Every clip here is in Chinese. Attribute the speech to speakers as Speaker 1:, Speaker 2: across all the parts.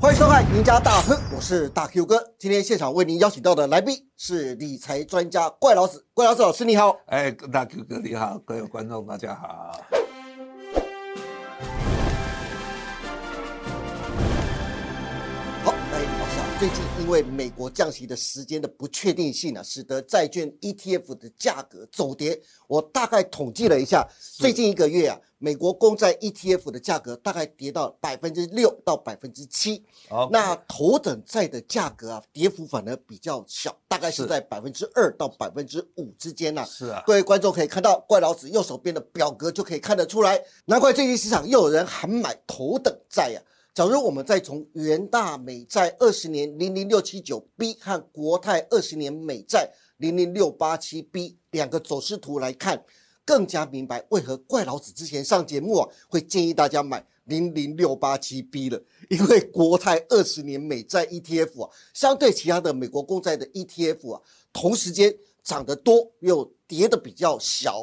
Speaker 1: 欢迎收看《赢家大亨》，我是大 Q 哥。今天现场为您邀请到的来宾是理财专家怪老子，怪老子老师你好。
Speaker 2: 哎，大 Q 哥你好，各位观众大家好。
Speaker 1: 好，哎，老师啊，最近因为美国降息的时间的不确定性啊，使得债券 ETF 的价格走跌。我大概统计了一下，最近一个月啊，美国公债 ETF 的价格大概跌到百分之六到百分之七。
Speaker 2: 好，
Speaker 1: 那头等债的价格啊，跌幅反而比较小，大概是
Speaker 2: 是
Speaker 1: 在百分之二到百分之五之间呐、
Speaker 2: 是啊，
Speaker 1: 各位观众可以看到，怪老子右手边的表格就可以看得出来，难怪最近市场又有人喊买头等债啊。假如我们再从元大美债二十年零零六七九 B 和国泰二十年美债零零六八七 B 两个走势图来看，更加明白为何怪老子之前上节目啊会建议大家买零零六八七 B 了，因为国泰二十年美债 ETF 啊，相对其他的美国公债的 ETF 啊，同时间涨得多又跌得比较小，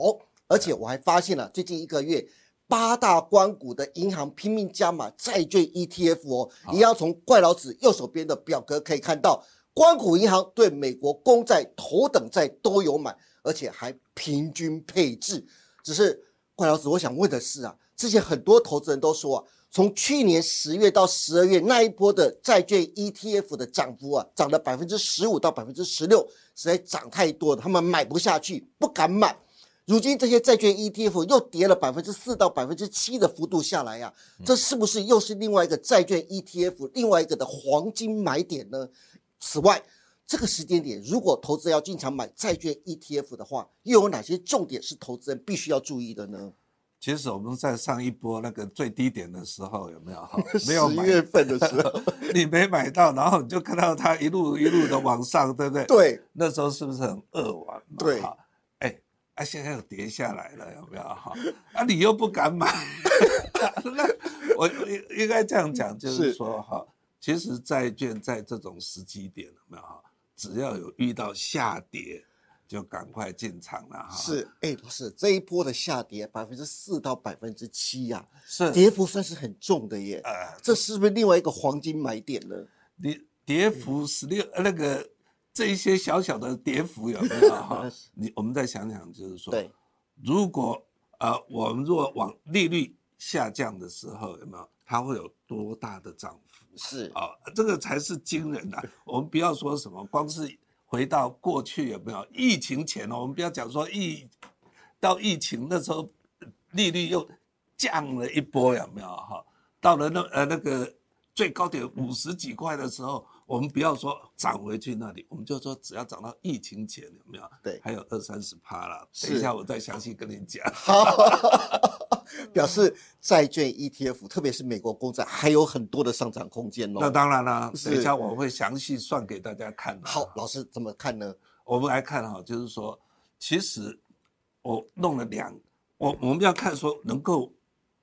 Speaker 1: 而且我还发现了、最近一个月。八大关股的银行拼命加码债券 ETF 哦，也要从怪老子右手边的表格可以看到，关谷银行对美国公债、头等债都有买，而且还平均配置。只是怪老子，我想问的是啊，之前很多投资人都说啊，从去年十月到十二月那一波的债券 ETF 的涨幅啊，涨了百分之十五到百分之十六，实在涨太多了，他们买不下去，不敢买。如今这些债券 ETF 又跌了百分之四到百分之七的幅度下来啊呀、这是不是又是另外一个债券 ETF 另外一个的黄金买点呢？此外，这个时间点如果投资人要经常买债券 ETF 的话，又有哪些重点是投资人必须要注意的呢？
Speaker 2: 其实我们在上一波那个最低点的时候有没有？ 哈没有
Speaker 1: 十
Speaker 2: 买，
Speaker 1: 月份的时候，
Speaker 2: 你没买到，然后你就看到它一路一路的往上，对不对？
Speaker 1: 对，
Speaker 2: 那时候是不是很扼腕嘛？
Speaker 1: 对
Speaker 2: 哈，哎，啊，现在又跌下来了，有没有？哈，啊，你又不 敢买， 那我应应该这样讲，就是
Speaker 1: 是
Speaker 2: 说哈，其实债券在这种时机点，有没有？哈，只要有遇到下跌，就赶快进场了哈。
Speaker 1: 是，哎、老师，这一波的下跌百分之四到百分之七呀，
Speaker 2: 是，
Speaker 1: 跌幅算是很重的耶，
Speaker 2: 呃，
Speaker 1: 这是不是另外一个黄金买点呢？
Speaker 2: 跌跌幅十六呃那个这一些小小的跌幅有没 有哈
Speaker 1: 是？
Speaker 2: 你我们再想想，就是说，
Speaker 1: 对，
Speaker 2: 如果呃我们若往利率下降的时候有没有，它会有多大的涨幅？
Speaker 1: 是，
Speaker 2: 啊、这个才是惊人的、我们不要说什么，光是回到过去有没有疫情前哦，我们不要讲说疫到疫情那时候利率又降了一波，有没有哈？到了那呃那个最高点五十几块的时候，我们不要说涨回去那里，我们就说只要涨到疫情前有没有？
Speaker 1: 对
Speaker 2: 还有二三十趴啦。
Speaker 1: 是
Speaker 2: 等一下我再详细跟你讲。
Speaker 1: 好， 表示债券 ETF，特别是美国公债，还有很多的上涨空间
Speaker 2: 那
Speaker 1: 哦。
Speaker 2: 当然啦，
Speaker 1: 是
Speaker 2: 等一下我会详细算给大家看啦。
Speaker 1: 好，老师怎么看呢？
Speaker 2: 我们来看哈，就是说，其实我弄了两，我我们要看说能够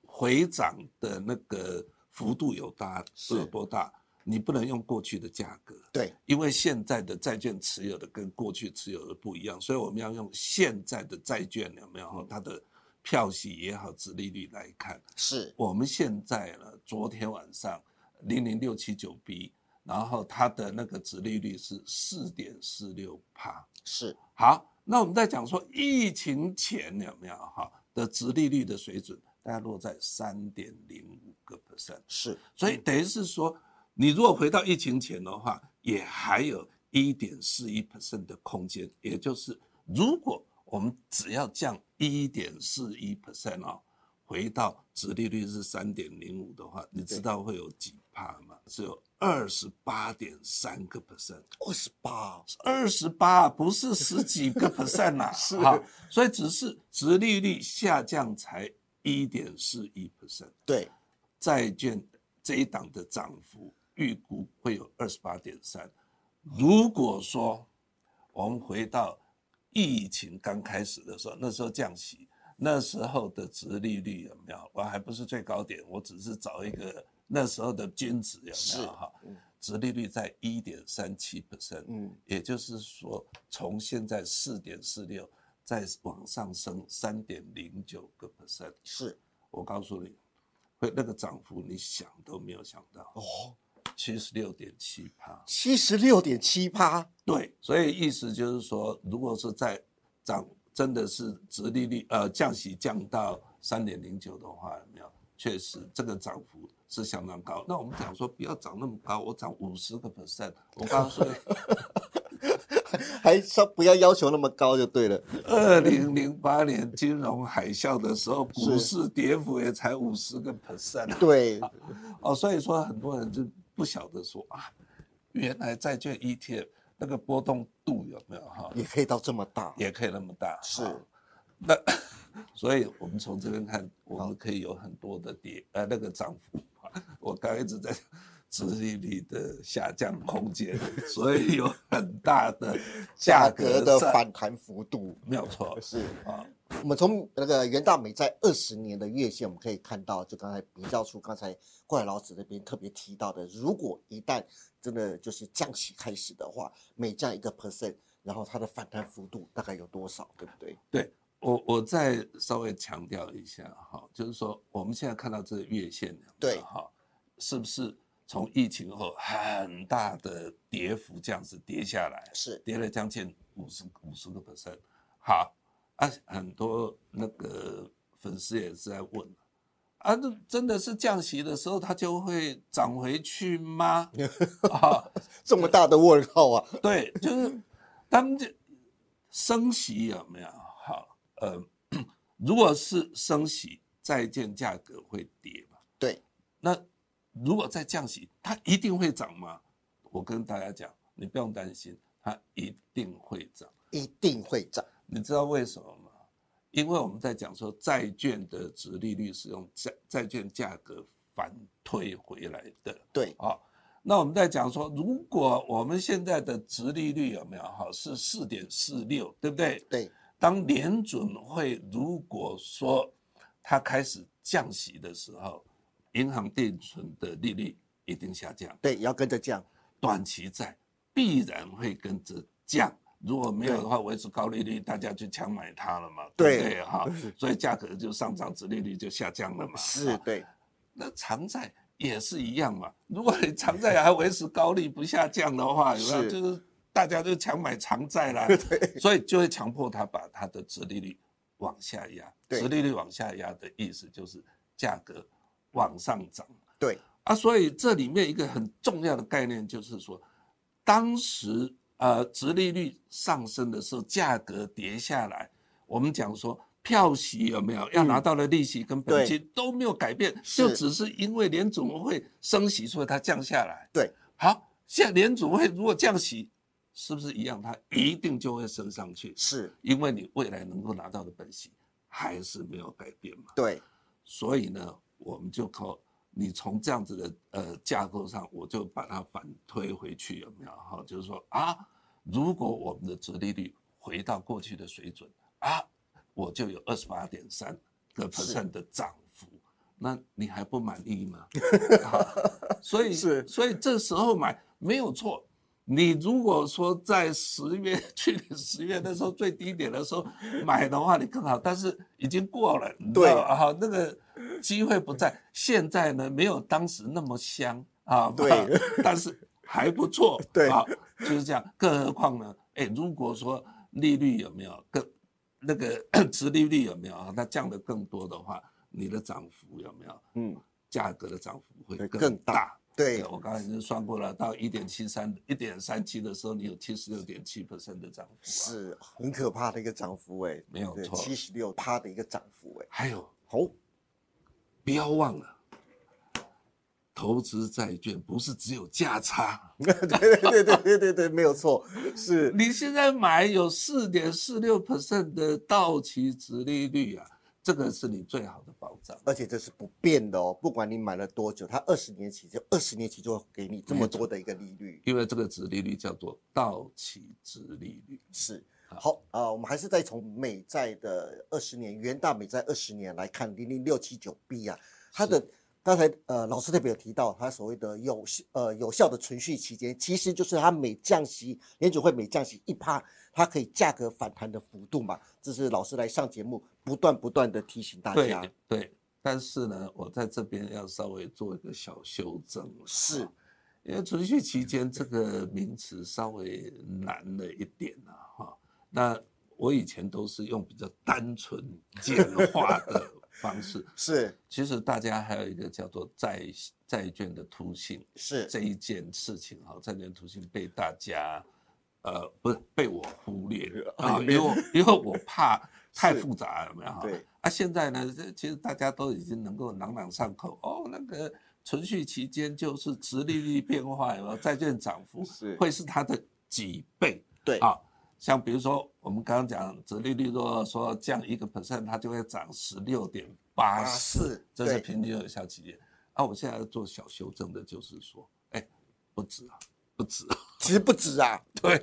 Speaker 2: 回涨的那个幅度有大
Speaker 1: 是
Speaker 2: 有多大，你不能用过去的价格，
Speaker 1: 对，
Speaker 2: 因为现在的债券持有的跟过去持有的不一样，所以我们要用现在的债券有没有它的票息也好，殖利率来看。
Speaker 1: 是
Speaker 2: 我们现在呢，昨天晚上零零六七九 B，然后它的那个殖利率是四点四六帕。
Speaker 1: 是，
Speaker 2: 好，那我们再讲说疫情前有没有哈的殖利率的水准，大概落在三点零五个 percent，
Speaker 1: 是
Speaker 2: 所以等于是说，你如果回到疫情前的话，也还有一点四一 percent 的空间，也就是如果我们只要降一点四一 percent 哦，回到殖利率是三点零五的话，你知道会有几帕吗？只有二十八点三个 percent。
Speaker 1: 二十八，
Speaker 2: 二十八，不是十几 个 percent 啦、
Speaker 1: 是
Speaker 2: 哈所以只是殖利率下降才一点四一 percent，
Speaker 1: 对，
Speaker 2: 债券这一档的涨幅预估会有二十八点三。如果说我们回到疫情刚开始的时候，那时候降息，那时候的殖利率有没有？我还不是最高点，我只是找一个那时候的均值有
Speaker 1: 是
Speaker 2: 没有哈？殖利率在一点三七 percent，
Speaker 1: 嗯，
Speaker 2: 也就是说，从现在四点四六再往上升三点零九个 percent，
Speaker 1: 是
Speaker 2: 我告诉你，会那个涨幅你想都没有想到。
Speaker 1: 哦，
Speaker 2: 七十六点七趴。
Speaker 1: 七十六点七趴，
Speaker 2: 对，所以意思就是说，如果是在涨，真的是殖利率呃降息降到三点零九的话，有没有？确实这个涨幅是相当高。那我们讲说不要涨那么高，我涨五十个 percent，我告诉你，
Speaker 1: 还稍不要要求那么高就对了。
Speaker 2: 二零零八年金融海啸的时候，股市跌幅也才五十个 percent
Speaker 1: 对，
Speaker 2: 哦，所以说很多人就不晓得说啊，原来债券 ETF 那个波动度有没有哈？
Speaker 1: 也可以到这么大。
Speaker 2: 也可以那么大。
Speaker 1: 是
Speaker 2: 哈，那 所以我们从这边看，我们可以有很多的跌呃那个涨幅。 我刚刚一直在讲殖利率的下降空间，所以有很大的
Speaker 1: 价格的
Speaker 2: 上
Speaker 1: 反弹幅度
Speaker 2: 没有错
Speaker 1: 是，
Speaker 2: 啊。
Speaker 1: 我们从那个元大美在二十年的月线，我们可以看到，就刚才比较出刚才怪老子那边特别提到的，如果一旦真的就是降息开始的话，每降一个 percent，然后它的反弹幅度大概有多少，对不对？
Speaker 2: 我我再稍微强调一下哈，就是说我们现在看到这个月线有没有
Speaker 1: 对
Speaker 2: 哈，是不是从疫情后很大的跌幅这样子跌下来？
Speaker 1: 是
Speaker 2: 跌了将近五十五十个 percent。好，啊，很多那个粉丝也是在问，啊，这真的是降息的时候它就会涨回去吗？啊，
Speaker 1: 这么大的问号啊！
Speaker 2: 对，就是他们就升息有没有？好，呃，如果是升息，债券价格会跌嘛？
Speaker 1: 对，
Speaker 2: 那如果再降息，它一定会涨吗？我跟大家讲，你不用担心，它一定会涨。
Speaker 1: 一定会涨。
Speaker 2: 你知道为什么吗？因为我们在讲说债券的值利率是用债债券价格反推回来的
Speaker 1: 对，
Speaker 2: 啊。那我们在讲说，如果我们现在的值利率有没有哈是四点四六，对不对？
Speaker 1: 对，
Speaker 2: 当联准会如果说它开始降息的时候，银行定存的利率一定下降，
Speaker 1: 对，也要跟着降。
Speaker 2: 短期债必然会跟着降。如果没有的话，维持高利率，大家就强买它了嘛，
Speaker 1: 对
Speaker 2: 不对哈？所以价格就上涨，殖利率就下降了嘛。
Speaker 1: 是
Speaker 2: 啊
Speaker 1: 对，
Speaker 2: 那长债也是一样嘛。如果你长债还维持高利不下降的话，有没有
Speaker 1: 是
Speaker 2: 就是大家就强买长债啦，所以就会强迫它把它的殖利率往下压。
Speaker 1: 对
Speaker 2: 殖利率往下压的意思就是价格往上涨。
Speaker 1: 对，
Speaker 2: 啊，所以这里面一个很重要的概念就是说，当时呃，殖利率上升的时候，价格跌下来，我们讲说票息有没有要拿到的利息跟本金都没有改变，
Speaker 1: 嗯是
Speaker 2: 就只是因为联总会升息，所以它降下来。
Speaker 1: 对，
Speaker 2: 好，现在联总会如果降息，是不是一样？它一定就会升上去，
Speaker 1: 是，
Speaker 2: 因为你未来能够拿到的本息还是没有改变嘛。
Speaker 1: 对，
Speaker 2: 所以呢，我们就靠你从这样子的呃架构上，我就把它反推回去，有没有？哈，就是说啊，如果我们的殖利率回到过去的水准啊，我就有二十八点三个 percent 的涨幅，那你还不满 意吗？啊所以
Speaker 1: 是
Speaker 2: 所以这时候买没有错。你如果说在十月，去年十月那时候最低点的时候买的话，你更好，但是已经过了，你知
Speaker 1: 对
Speaker 2: 道啊，那个机会不在。现在呢，没有当时那么香啊，
Speaker 1: 对
Speaker 2: 啊但是还不错，
Speaker 1: 对
Speaker 2: 啊，就是这样。更何况呢，哎，如果说利率有没有更那个 殖利率有没有啊，它降得更多的话，你的涨幅有没有？
Speaker 1: 嗯，
Speaker 2: 价格的涨幅会
Speaker 1: 会
Speaker 2: 更
Speaker 1: 更大
Speaker 2: 大
Speaker 1: 对
Speaker 2: 对，我刚才已经算过了，到一点七三、一点三七的时候，你有七十六点七 percent 的涨幅、啊。，
Speaker 1: 是很可怕的一个涨幅哎，
Speaker 2: 没有错
Speaker 1: 七十六趴的一个涨幅哎。
Speaker 2: 还有
Speaker 1: 好，
Speaker 2: 不要忘了，投资债券不是只有价差，
Speaker 1: 对对对对对对对，没有错，是
Speaker 2: 你现在买有四点四六 percent 的到期值利率啊，这个是你最好的保障。
Speaker 1: 而且这是不变的哦，不管你买了多久，它二十年期就二十年期就会给你这么多的一个利率。
Speaker 2: 因为这个值利率叫做到期值利率，
Speaker 1: 是，
Speaker 2: 好
Speaker 1: 好啊、我们还是再从美债的二十年元大美债二十年来看，零零六七九 B 啊，它的刚才呃老师特别有提到，它所谓的有效呃有效的存续期间，其实就是它每降息，联储会每降息一趴，它可以价格反弹的幅度嘛，这是老师来上节目不断不断的提醒大
Speaker 2: 对
Speaker 1: 家，
Speaker 2: 对，但是呢，我在这边要稍微做一个小修正了哈，嗯
Speaker 1: 是
Speaker 2: 因为存续期间这个名词稍微难了一点了、哈。那我以前都是用比较单纯简化的方 式，
Speaker 1: 是
Speaker 2: 其实大家还有一个叫做债债券的突性
Speaker 1: 是
Speaker 2: 这一件事情哈，债券突性被大家呃不是被我忽略了
Speaker 1: 呃
Speaker 2: 啊，因为我因为我 怕太
Speaker 1: 是
Speaker 2: 复杂有没有哈？
Speaker 1: 对
Speaker 2: 啊，现在呢，这其实大家都已经能够朗朗上口哦，那个存续期间就是殖利率变化 有没有？债券涨幅
Speaker 1: 是
Speaker 2: 会是它的几倍？
Speaker 1: 对
Speaker 2: 啊，像比如说我们刚刚讲，折利率如果说降一个 percent，它就会涨十六点八
Speaker 1: 84
Speaker 2: 四，这是
Speaker 1: 对
Speaker 2: 平均有效期间。啊，我现在要做小修正的就是说，哎，不止啊，不止啊，
Speaker 1: 其实不止啊，
Speaker 2: 对，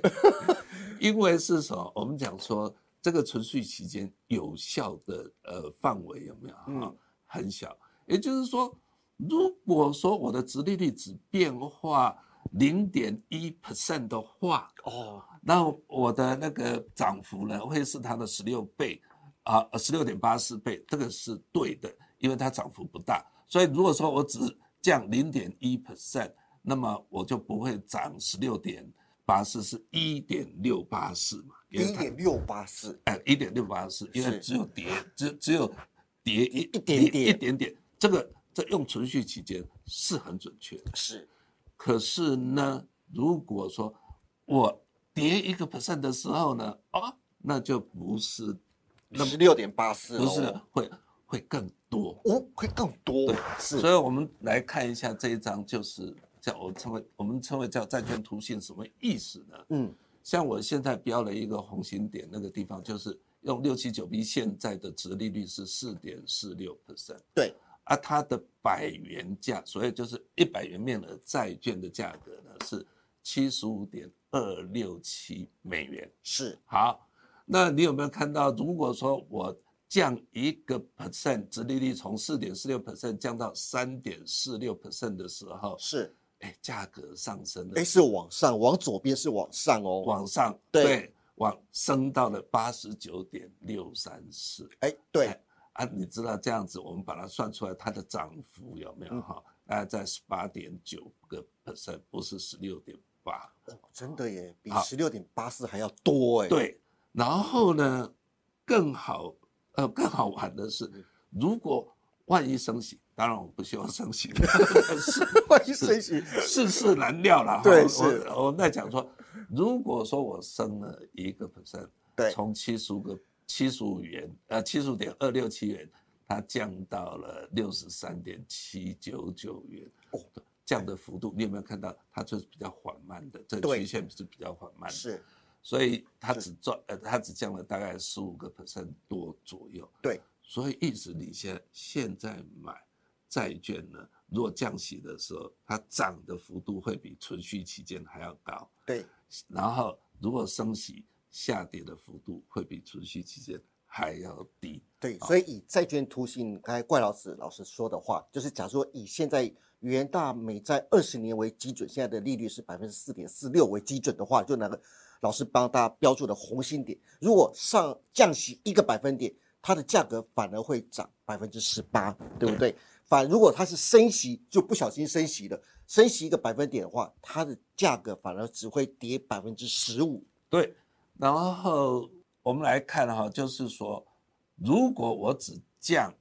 Speaker 2: 因为是什么？我们讲说这个存续期间有效的呃范围有没有啊？
Speaker 1: 嗯
Speaker 2: 很小，也就是说，如果说我的殖利率只变化零点一 percent 的话，
Speaker 1: 哦，
Speaker 2: 那我的那个涨幅呢，会是它的十六倍啊，十六点八四倍，这个是对的，因为它涨幅不大。所以如果说我只降零点一 percent，那么我就不会涨十六点八四，是一点六八四嘛，因为
Speaker 1: 一
Speaker 2: 它
Speaker 1: 点六八四，
Speaker 2: 哎，一点六八四，因为
Speaker 1: 是
Speaker 2: 只有跌，只只有跌一
Speaker 1: 一点点
Speaker 2: 一点点，这个这用存续期间是很准确的。
Speaker 1: 是
Speaker 2: 可是呢，如果说我跌一个 percent 的时候呢，哦，那就不是
Speaker 1: 十六点八四，
Speaker 2: 不是会会更多。
Speaker 1: 哦，会更多
Speaker 2: 对，所
Speaker 1: 是
Speaker 2: 以我们来看一下这一章，就是叫我称为我们称为叫债券图形，什么意思呢？
Speaker 1: 嗯
Speaker 2: 像我现在标了一个红心点，那个地方就是用六七九 B 现在的值利率是四点四六 percent，
Speaker 1: 对，
Speaker 2: 啊，它的百元价，所以就是一百元面额债券的价格呢是七十五点二六七美元。
Speaker 1: 是
Speaker 2: 好，那你有没有看到，如果说我降一个 percent，殖利率从四点四六 percent 降到三点四六 percent 的时候，
Speaker 1: 是，
Speaker 2: 哎，价格上升了
Speaker 1: 哎，是往上，往左边是往上哦，
Speaker 2: 往上，
Speaker 1: 对
Speaker 2: 往升到了八十九点六三四
Speaker 1: 哎对，
Speaker 2: 啊！你知道这样子，我们把它算出来，它的涨幅有没有
Speaker 1: 嗯
Speaker 2: 哈？大概在十八点九个 percent，不是十六点八。
Speaker 1: 哦真的耶，比
Speaker 2: 好
Speaker 1: 十六点八四还要多哎，，
Speaker 2: 对，然后呢，更好呃更好玩的是，如果万一升息，当然我不希望升息，但是
Speaker 1: 万一升息，
Speaker 2: 世事难料了哈。
Speaker 1: 对
Speaker 2: 我
Speaker 1: 是
Speaker 2: 我们在讲说，如果说我升了一个 percent，
Speaker 1: 对
Speaker 2: 从七十五个七十五元，呃，七十五点二六七元，它降到了六十三点七九九元。
Speaker 1: 哦
Speaker 2: 降的幅度，你有没有看到？它就是比较缓慢的，这
Speaker 1: 对
Speaker 2: 曲线是比较缓慢 的。
Speaker 1: 是
Speaker 2: 所以它只赚呃，它只降了大概十五个 percent 多左右。
Speaker 1: 对，
Speaker 2: 所以意思你现在现在买债券呢，如果降息的时候，它涨的幅度会比存续期间还要高，
Speaker 1: 对，
Speaker 2: 然后如果升息，下跌的幅度会比存续期间还要低。
Speaker 1: 对，所以以债券图形，刚才怪老师老师说的话，就是假如说以现在元大美债二十年为基准，现在的利率是百分之四点四六为基准的话，就拿个老师帮大家标注的红心点，如果上降息一个百分点，它的价格反而会涨百分之十八，对不对？反如果它是升息，就不小心升息了，升息一个百分点的话，它的价格反而只会跌百分之十五，
Speaker 2: 对，然后我们来看哈、就是说，如果我只降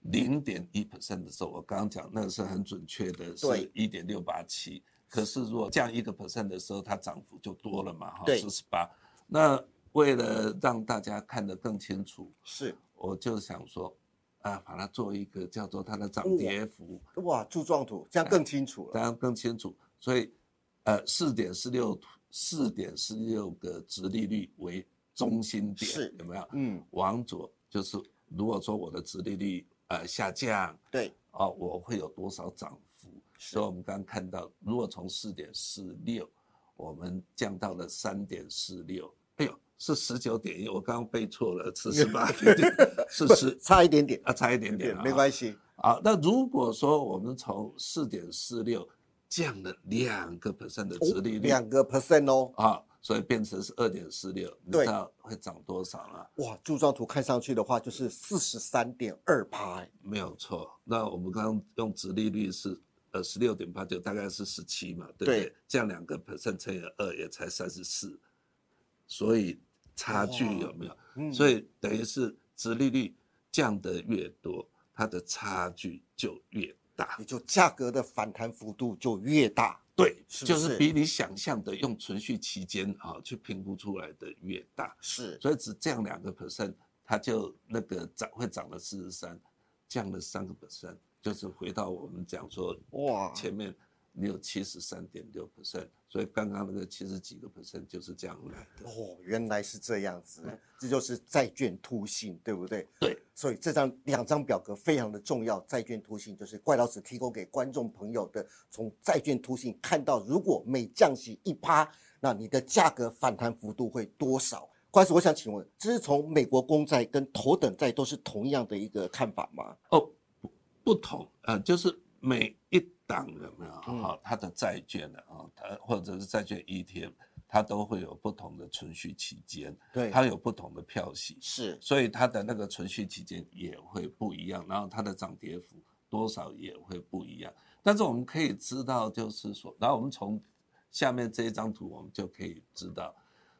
Speaker 2: 零点一 percent 的时候，我刚刚讲那个是很准确的，
Speaker 1: 对
Speaker 2: 是一点六八七。可是如果降一个 percent 的时候，它涨幅就多了嘛，哈、
Speaker 1: 对
Speaker 2: 是十八。那为了让大家看得更清楚，
Speaker 1: 是
Speaker 2: 我就想说，啊，把它做一个叫做它的涨
Speaker 1: 哇
Speaker 2: 跌幅，
Speaker 1: 哇柱状图，这样更清楚
Speaker 2: 大
Speaker 1: 了，
Speaker 2: 家更清楚。所以，呃，四点四六四点四六个殖利率为中心点，
Speaker 1: 是
Speaker 2: 有没有？
Speaker 1: 嗯，
Speaker 2: 往左就是，如果说我的殖利率呃下降，
Speaker 1: 对。
Speaker 2: 哦，我会有多少涨幅？
Speaker 1: 是
Speaker 2: 所以我们刚刚看到，如果从四点四六，我们降到了三点四六，哎呦，是十九点一，我刚刚背错了，是十八 点点，是十
Speaker 1: 差一点点，
Speaker 2: 啊，差一点
Speaker 1: 对
Speaker 2: 点，啊，
Speaker 1: 没关系，
Speaker 2: 好，那如果说我们从四点四六降了两个 percent 的殖利率，
Speaker 1: 两个 percent 哦。
Speaker 2: 啊，所以变成是二点四六，你
Speaker 1: 对
Speaker 2: 知道会涨多少了？
Speaker 1: 哇，柱状图看上去的话，就是四十三点二趴，哎
Speaker 2: 没有错。那我们刚刚用殖利率是呃十六点八九，大概是十七嘛，对不
Speaker 1: 对
Speaker 2: 对？这样两个 percent 乘以二也才三十四，所以差距
Speaker 1: 哇
Speaker 2: 有没有？
Speaker 1: 嗯
Speaker 2: 所以等于是殖利率降得越多，它的差距就越大
Speaker 1: 也。就价格的反弹幅度就越大。
Speaker 2: 对，
Speaker 1: 是不
Speaker 2: 就是是比你想象的用存续期间啊去评估出来的越大，
Speaker 1: 是，
Speaker 2: 所以只降两个 percent，它就那个涨会涨了四十三，降了三个 percent，就是回到我们讲说
Speaker 1: 哇，
Speaker 2: 前面你有七十三点六 percent，所以刚刚那个七十几个 percent 就是这样来的。
Speaker 1: 哦，原来是这样子，这就是债券突信，对不对？
Speaker 2: 对，
Speaker 1: 所以这张两张表格非常的重要，债券突信就是怪老师提供给观众朋友的，从债券突信看到，如果每降息一趴，那你的价格反弹幅度会多少？怪老师，我想请问，这是从美国公债跟头等债都是同样的一个看法吗？
Speaker 2: 哦，不不同，呃，就是每一档有没有
Speaker 1: 嗯
Speaker 2: 哈、它的债券呢啊，它或者是债券 ETF，它都会有不同的存续期间，
Speaker 1: 对
Speaker 2: 它有不同的票息，
Speaker 1: 是
Speaker 2: 所以它的那个存续期间也会不一样，然后它的涨跌幅多少也会不一样。但是我们可以知道，就是说，然后我们从下面这一张图，我们就可以知道。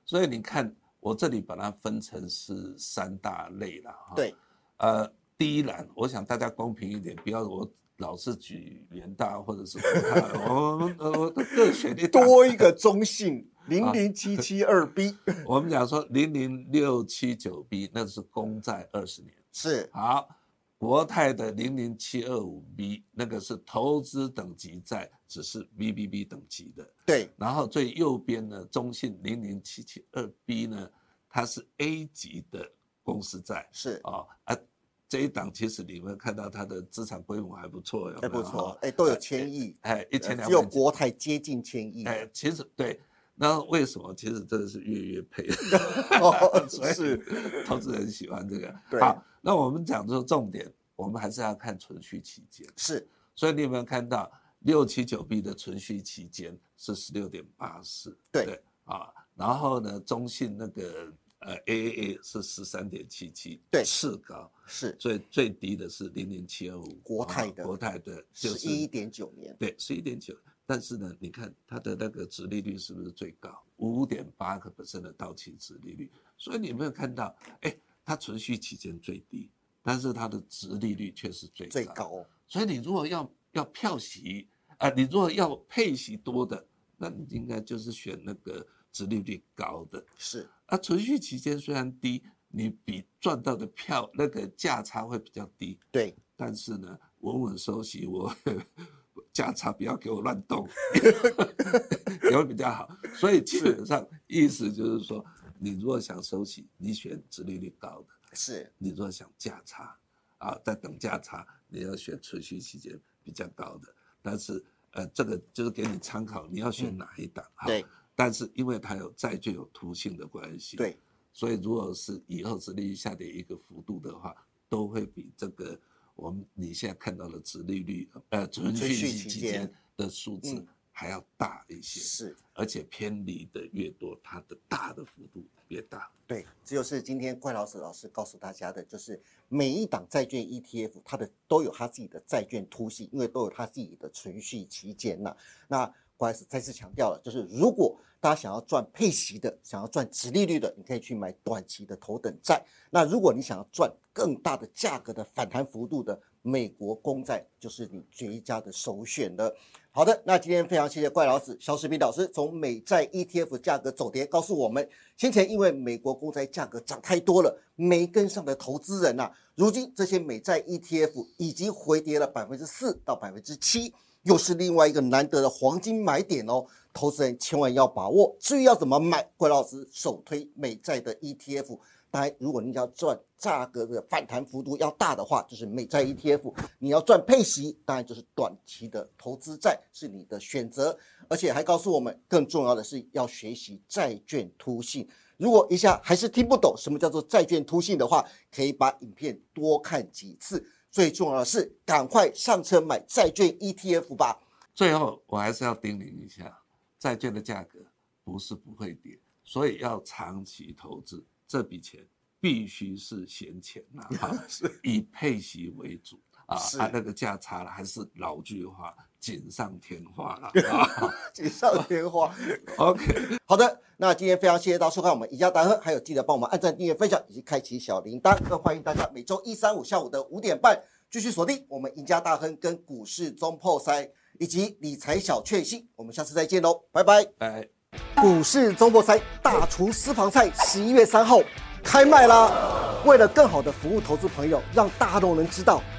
Speaker 2: 所以你看，我这里把它分成是三大类了哈。
Speaker 1: 对，
Speaker 2: 呃，第一栏，我想大家公平一点，不要我老是举联大或者是国大，我们我各选一 档。
Speaker 1: 多一个中性零零七七二 B
Speaker 2: 我们讲说零零六七九 B，那是公债二十年。
Speaker 1: 是
Speaker 2: 好，国泰的零零七二五 B 那个是投资等级债，只是 BBB 等级的。
Speaker 1: 对
Speaker 2: 然后最右边呢，中信零零七七二 B 呢，它是 A 级的公司债
Speaker 1: 是，
Speaker 2: 哦啊。这一档其实你们看到它的资产规模还不错，有没
Speaker 1: 哎
Speaker 2: 有
Speaker 1: 不错，，哎都有千亿。
Speaker 2: 哎，一千
Speaker 1: 呃
Speaker 2: 两
Speaker 1: 只有
Speaker 2: 百
Speaker 1: 国泰接近千亿，
Speaker 2: 哎，其实对，那为什么？其实真的是月月配，
Speaker 1: 哦
Speaker 2: 所以
Speaker 1: 是
Speaker 2: 投资人喜欢这个。
Speaker 1: 对
Speaker 2: 好，那我们讲说重点，我们还是要看存续期间。
Speaker 1: 是
Speaker 2: 所以你有没有看到六七九 B 的存续期间是十六点八四？
Speaker 1: 对
Speaker 2: 啊，然后呢，中信那个呃 AAA 是十三点七七，
Speaker 1: 对
Speaker 2: 次高，
Speaker 1: 是
Speaker 2: 最最低的是零零七二五，
Speaker 1: 国泰
Speaker 2: 啊
Speaker 1: 的
Speaker 2: 国泰的就
Speaker 1: 十
Speaker 2: 是
Speaker 1: 一点九年，
Speaker 2: 对，十一点九。但是呢，你看它的那个殖利率是不是最高？五点八个 percent 的到期殖利率，所以你有没有看到？哎，它存续期间最低，但是它的殖利率却是最高。
Speaker 1: 最高
Speaker 2: 所以你如果要要票息啊、你如果要配息多的，那你应该就是选那个殖利率高的。
Speaker 1: 是
Speaker 2: 啊，存续期间虽然低，你比赚到的票那个价差会比较低，
Speaker 1: 对，
Speaker 2: 但是呢，稳稳收息，我价差不要给我乱动， 也会比较好。所以基本上意思就是说，你如果想收息，你选殖利率高的；
Speaker 1: 是
Speaker 2: 你如果想价差，啊，在等价差，你要选存续期间比较高的。但是呃，这个就是给你参考，你要选哪一档。哈
Speaker 1: 嗯对。
Speaker 2: 但是因为它有债券有图性的关系，
Speaker 1: 对，
Speaker 2: 所以如果是以后殖利率下跌一个幅度的话，都会比这个我们你现在看到的殖利率呃存
Speaker 1: 存
Speaker 2: 续
Speaker 1: 续
Speaker 2: 期
Speaker 1: 期
Speaker 2: 期
Speaker 1: 间
Speaker 2: 间的数字
Speaker 1: 嗯
Speaker 2: 还要大一些，
Speaker 1: 是
Speaker 2: 而且偏离的越多，它的大的幅度越大。
Speaker 1: 对，这就是今天怪老师老师告诉大家的，就是每一档债券 ETF 它的都有它自己的债券突系，因为都有它自己的存续期间呐、那怪老师再次强调了，就是如果大家想要赚配息的，想要赚直利率的，你可以去买短期的头等债。那如果你想要赚更大的价格的反弹幅度的，美国公债就是你绝佳的首选了。好的，那今天非常谢谢怪老师肖世斌老师从美债 ETF 价格走跌告诉我们，先前因为美国公债价格涨太多了，没跟上的投资人呐、如今这些美债 ETF 已经回跌了百分之四到百分之七，又是另外一个难得的黄金买点哦。投资人千万要把握。至于要怎么买，怪老师首推美债的 ETF。当然，如果你要赚价格的反弹幅度要大的话，就是美债 ETF；你要赚配息，当然就是短期的投资债是你的选择。而且还告诉我们，更重要的是要学习债券突信。如果一下还是听不懂什么叫做债券突信的话，可以把影片多看几次。最重要的是，赶快上车买债券 ETF 吧。
Speaker 2: 最后，我还是要叮咛一下，债券的价格不是不会跌，所以要长期投资，这笔钱必须是闲钱呐、啊，以配息为主啊
Speaker 1: 是
Speaker 2: 啊，那个价差了，还是老句话，锦上添花了。啊
Speaker 1: 锦上添花。
Speaker 2: OK，
Speaker 1: 好的，那今天非常谢谢大家收看我们赢家达亨，还有记得帮我们按赞、订阅、分享以及开启小铃铛。更欢迎大家每周一、三、五下午的五点半继续锁定我们赢家大亨跟股市中破塞以及理财小确幸。我们下次再见喽，拜拜。
Speaker 2: 哎。
Speaker 1: 股市周末赛大厨私房菜十一月三号开卖啦！为了更好的服务投资朋友，让大众能知道